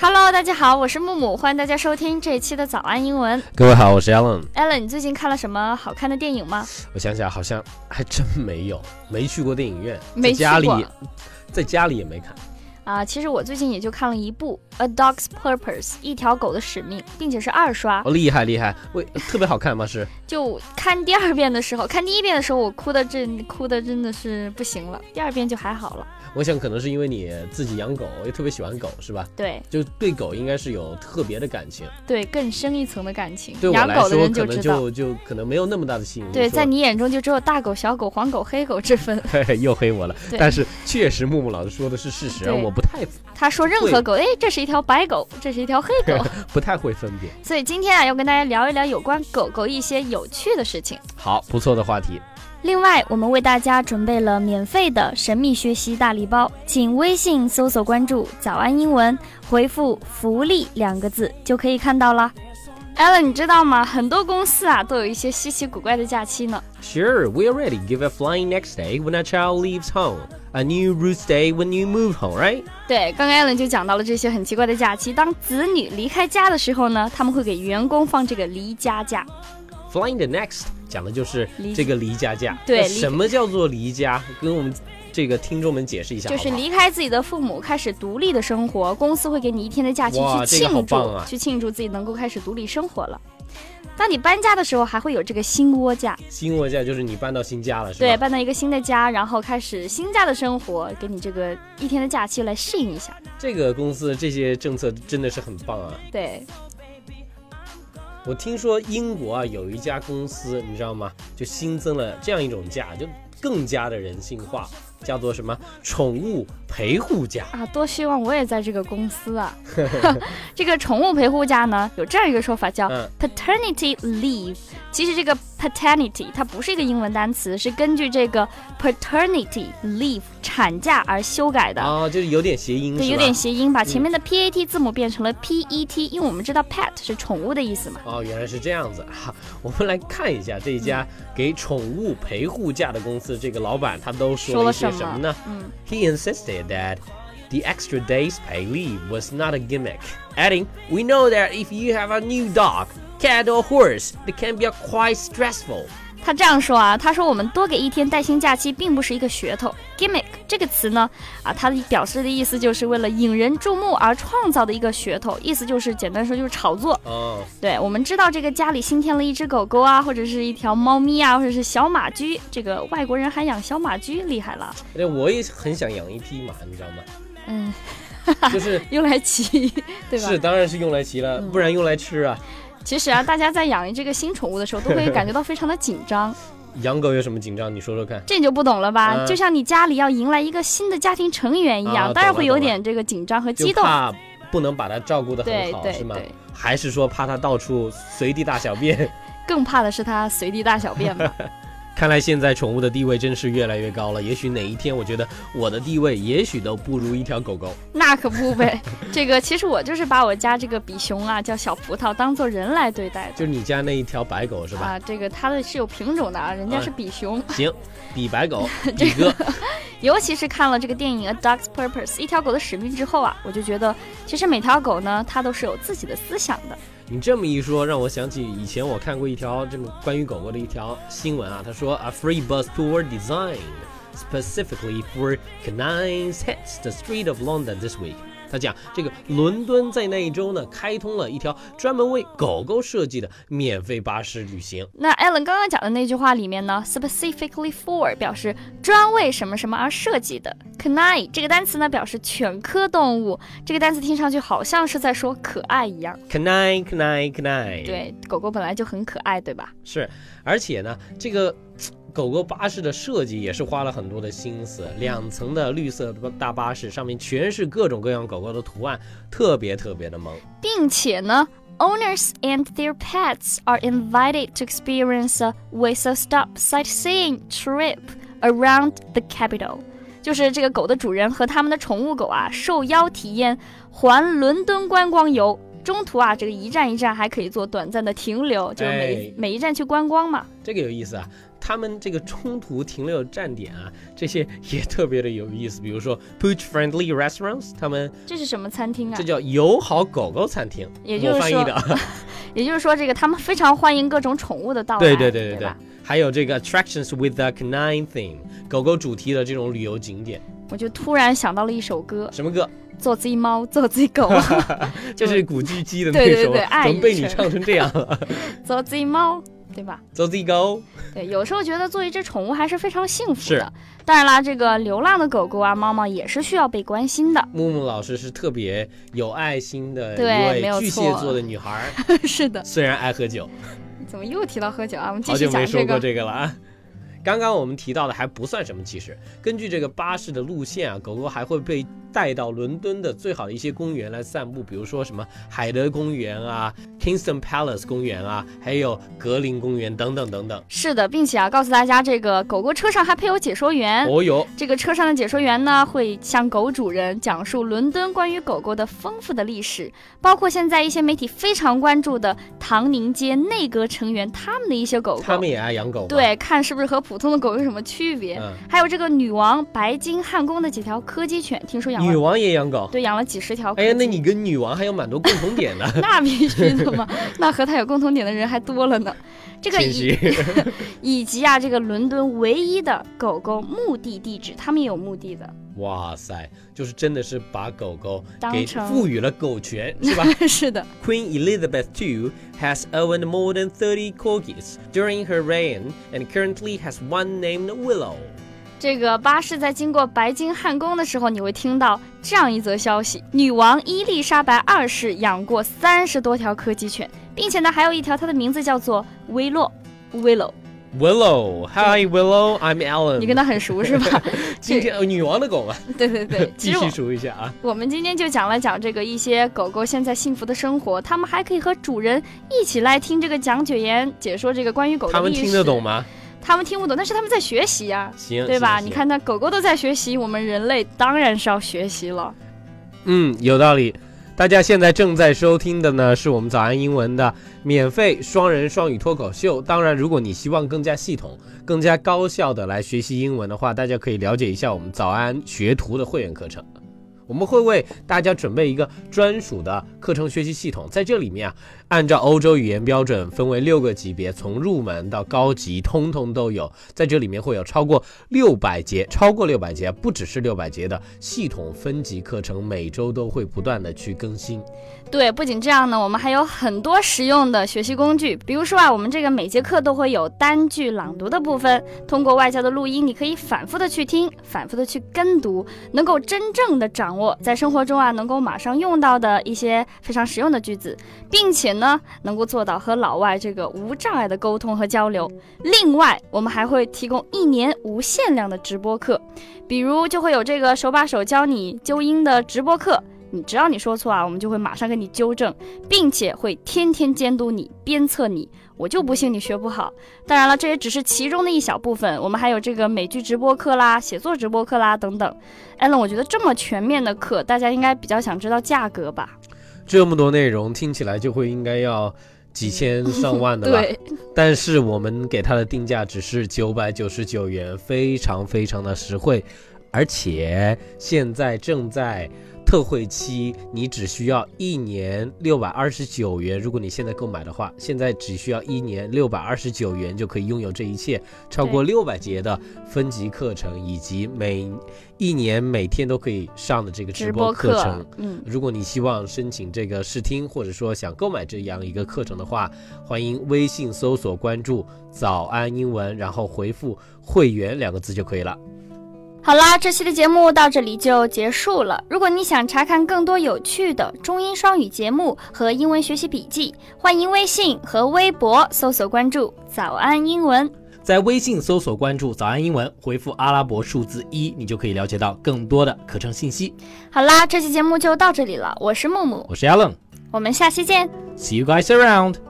Hello，大家好，我是木木，欢迎大家收听这一期的早安英文。各位好，我是 Alan。 Allen，你最近看了什么好看的电影吗？我想想，好像还真没有，没去过电影院，没在去家里过，在家里也没看。啊，其实我最近也就看了一部《A Dog's Purpose》一条狗的使命，并且是二刷。哦，厉害厉害，为特别好看吗？是就看第二遍的时候，看第一遍的时候我哭的真哭的真的是不行了，第二遍就还好了。我想可能是因为你自己养狗，也特别喜欢狗，是吧？对就对狗应该是有特别的感情。对，更深一层的感情对，我养来狗的说，人可能知道。就就可能没有那么大的吸引力。对，是吧在你眼中就只有大狗、小狗、黄狗、黑狗之分。 又黑我了对。但是确实，木木老师说的是事实，啊对我不太他说任何对狗，哎，这是一条白狗，这是一条黑狗。不太会分辨。所以今天啊，要跟大家聊一聊有关狗狗一些有趣的事情。好，不错的话题。另外，我们为大家准备了免费的神秘学习大礼包，请微信搜索关注“早安英文”，回复“福利”两个字就可以看到啦。艾伦，你知道吗？很多公司啊都有一些稀奇古怪的假期呢。 Sure, we already give a flying next day when a child leaves home, a new roost day when you move home, right? 对，刚刚艾伦就讲到了这些很奇怪的假期。当子女离开家的时候呢，他们会给员工放这个离家假。 Flying the next 讲的就是离这个离家假。对那离什么叫做离家？跟我们这个听众们解释一下好就不好，是离开自己的父母，开始独立的生活。公司会给你一天的假期哇去庆这个好祝，棒啊去庆祝自己能够开始独立生活了。当你搬家的时候，还会有这个新窝假，新窝假，就是你搬到新家了，是吧？对，搬到一个新的家，然后开始新家的生活，给你这个一天的假期来适应一下。这个公司这些政策真的是很棒啊！对，我听说英国啊有一家公司，你知道吗？就新增了这样一种假，就更加的人性化，叫做什么宠物陪护假。啊，多希望我也在这个公司 啊！这个宠物陪护假呢，有这样一个说法叫嗯 paternity leave。其实这个 paternity 它不是一个英文单词，是根据这个 paternity leave 产假而修改的。啊，就是有点谐音，对，是有吧点谐音，把嗯前面的 p a t 字母变成了 p e t，因为我们知道 pet 是宠物的意思嘛。哦，原来是这样子哈、 我们来看一下这一家嗯给宠物陪护假的公司，这个老板他都说了说了一些什什么么呢嗯？He insisted that the extra days pay leave was not a gimmick, adding, "We know that if you have a new dog, cat or horse, it can be quite stressful." 他这样说啊，他说我们多给一天带薪假期并不是一个噱头，gimmick 这个词呢，啊，它表示的意思就是为了引人注目而创造的一个噱头，意思就是简单说就是炒作。哦，对我们知道这个家里新添了一只狗狗啊，或者是一条猫咪啊，或者是小马驹，这个外国人还养小马驹，厉害了，那我也很想养一匹马，你知道吗？嗯，就是用来骑， 对吧？嗯是，当然是用来骑了，不然用来吃啊。其实啊，大家在养这个新宠物的时候，都会感觉到非常的紧张，养狗有什么紧张？你说说看。这你就不懂了吧？嗯就像你家里要迎来一个新的家庭成员一样，啊当然懂了会有点这个紧张和激就动。怕不能把它照顾得对很好，对是吗？对，还是说怕它到处随地大小便？更怕的是它随地大小便 吧？看来现在宠物的地位真是越来越高了。也许哪一天，我觉得我的地位也许都不如一条狗狗。那可不呗。这个其实我就是把我家这个比熊啊，叫小葡萄，当做人来对待的。就是你家那一条白狗是吧？啊，这个它的是有品种的啊，人家啊是比熊。 行，比白狗，比哥，尤其是看了这个电影《A Dog's Purpose》一条狗的使命之后啊，我就觉得其实每条狗呢，它都是有自己的思想的。你这么一说，让我想起以前我看过一条这么关于狗狗的一条新闻啊，他说 a free bus tour designed specifically for canines hits the street of London this week。他讲，这个伦敦在那一周呢，开通了一条专门为狗狗设计的免费巴士旅行。那 Alan 刚刚讲的那句话里面呢，specifically for 表示专为什么什么而设计的，canine 这个单词呢表示犬科动物，这个单词听上去好像是在说可爱一样。 Canine, canine, canine。，对，狗狗本来就很可爱，对吧？是，而且呢，这个嘖狗狗巴士的设计也是花了很多的心思。两层的绿色大巴士，上面全是各种各样狗狗的图案，特别特别的萌。并且呢，owners and their pets are invited to experience a whistle-stop sightseeing trip around the capital。就是这个狗的主人和他们的宠物狗啊，受邀体验环伦敦观光游。中途啊，这个一站一站还可以做短暂的停留，就是每、哎每一站去观光嘛。这个有意思啊，他们这个中途停留站点啊，这些也特别的有意思。比如说 Pooch Friendly Restaurants，他们这是什么餐厅啊这？叫友好狗狗餐厅，也就是我翻译说的啊。也就是说，这个他们非常欢迎各种宠物的到来，对对对对对对吧？，还有这个 attractions with a canine theme，狗狗主题的这种旅游景点，我就突然想到了一首歌，什么歌？做自己猫，做自己狗，就是古巨基的对那对首对啊，爱怎么被与你诚唱成这样啊 了？做自己猫，对吧？走自己狗，对，有时候觉得做一只宠物还是非常幸福是的。当然啦，这个流浪的狗狗啊、猫猫也是需要被关心的。木木老师是特别有爱心的一对没位有巨蟹错座的女孩儿， 是的，虽然爱喝酒，怎么又提到喝酒啊？我们继好续久讲没说这过个。这个了啊。刚刚我们提到的还不算什么，其实根据这个巴士的路线啊，狗狗还会被带到伦敦的最好的一些公园来散步，比如说什么海德公园啊、Kingston Palace 公园啊，还有格林公园等等等等。是的，并且啊，告诉大家，这个狗狗车上还配有解说员。哦哟，这个车上的解说员呢，会向狗主人讲述伦敦关于狗狗的丰富的历史，包括现在一些媒体非常关注的唐宁街内阁成员他们的一些狗他狗们，也爱养狗吗，对，看是不是和普通的狗有什么区别。嗯，还有这个女王白金汉宫的几条柯基犬，听说养女了，王也养狗。对，养了几十条柯哎基。，呀，那你跟女王还有蛮多共同点的 那必须的嘛， 那和他有共同点的人还多 了呢。这个谦以虚。以及啊，这个伦敦唯一的狗狗墓地地址，他们也有墓地的， 哇塞，就是真的是把狗狗当给成赋予了狗权，是吧？是的。 Queen Elizabeth II has owned more than 30 corgis during her reign and currently has one named Willow. 这个巴士在经过白金汉宫的时候，你会听到这样一则消息：女王伊丽莎白二世养过三十多条柯基犬，并且呢，还有一条，它的名字叫做威洛 （Willow）。 Willow, hi Willow, I'm Alan. 你跟它很熟是 吧？今天呃女王的狗嘛，对对对，其继实续我数一下啊。我们今天就讲了讲这个一些狗狗现在幸福的生活，它们还可以和主人一起来听这个讲解员解说这个关于狗的历史。他们听得懂？吗？他们听不懂，但是他们在学习呀、行，对吧？行你，行看，那狗狗都在学习，我们人类当然是要学习了。嗯，有道理。大家现在正在收听的呢，是我们早安英文的免费双人双语脱口秀。当然，如果你希望更加系统、更加高效的来学习英文的话，大家可以了解一下我们早安学徒的会员课程。我们会为大家准备一个专属的课程学习系统，在这里面啊，按照欧洲语言标准分为六个级别，从入门到高级，通通都有。在这里面会有超过六百节，超过六百节，不只是六百节的系统分级课程，每周都会不断的去更新。对，不仅这样呢，我们还有很多实用的学习工具，比如说啊，我们这个每节课都会有单句朗读的部分，通过外教的录音，你可以反复的去听，反复的去跟读，能够真正的掌握在生活中啊能够马上用到的一些非常实用的句子，并且呢，能够做到和老外这个无障碍的沟通和交流。另外，我们还会提供一年无限量的直播课，比如就会有这个手把手教你纠音的直播课。你只要你说错啊，我们就会马上给你纠正，并且会天天监督你、鞭策你。我就不信你学不好。当然了，这也只是其中的一小部分，我们还有这个美剧直播课啦、写作直播课啦等等。艾伦，我觉得这么全面的课，大家应该比较想知道价格吧？这么多内容听起来就会应该要几千上万的 吧？对，但是我们给它的定价只是九百九十九元，非常非常的实惠，而且现在正在特惠期，你只需要一年六百二十九元。如果你现在购买的话，现在只需要一年六百二十九元就可以拥有这一切，超过六百节的分级课程以及每一年每天都可以上的这个直直播播课程课。，嗯，如果你希望申请这个试听，或者说想购买这样一个课程的话，欢迎微信搜索关注“早安英文”，然后回复“会员”两个字就可以了。好啦，这期的节目到这里就结束了。如果你想查看更多有趣的中英双语节目和英文学习笔记，欢迎微信和微博搜索关注“早安英文在微信搜索关注“早安英文”，回复阿拉伯数字一，你就可以了解到更多的课程信息。”。好啦，这期节目就到这里了，我是木木，我是 Alan，see 我们下期见。 you guys around。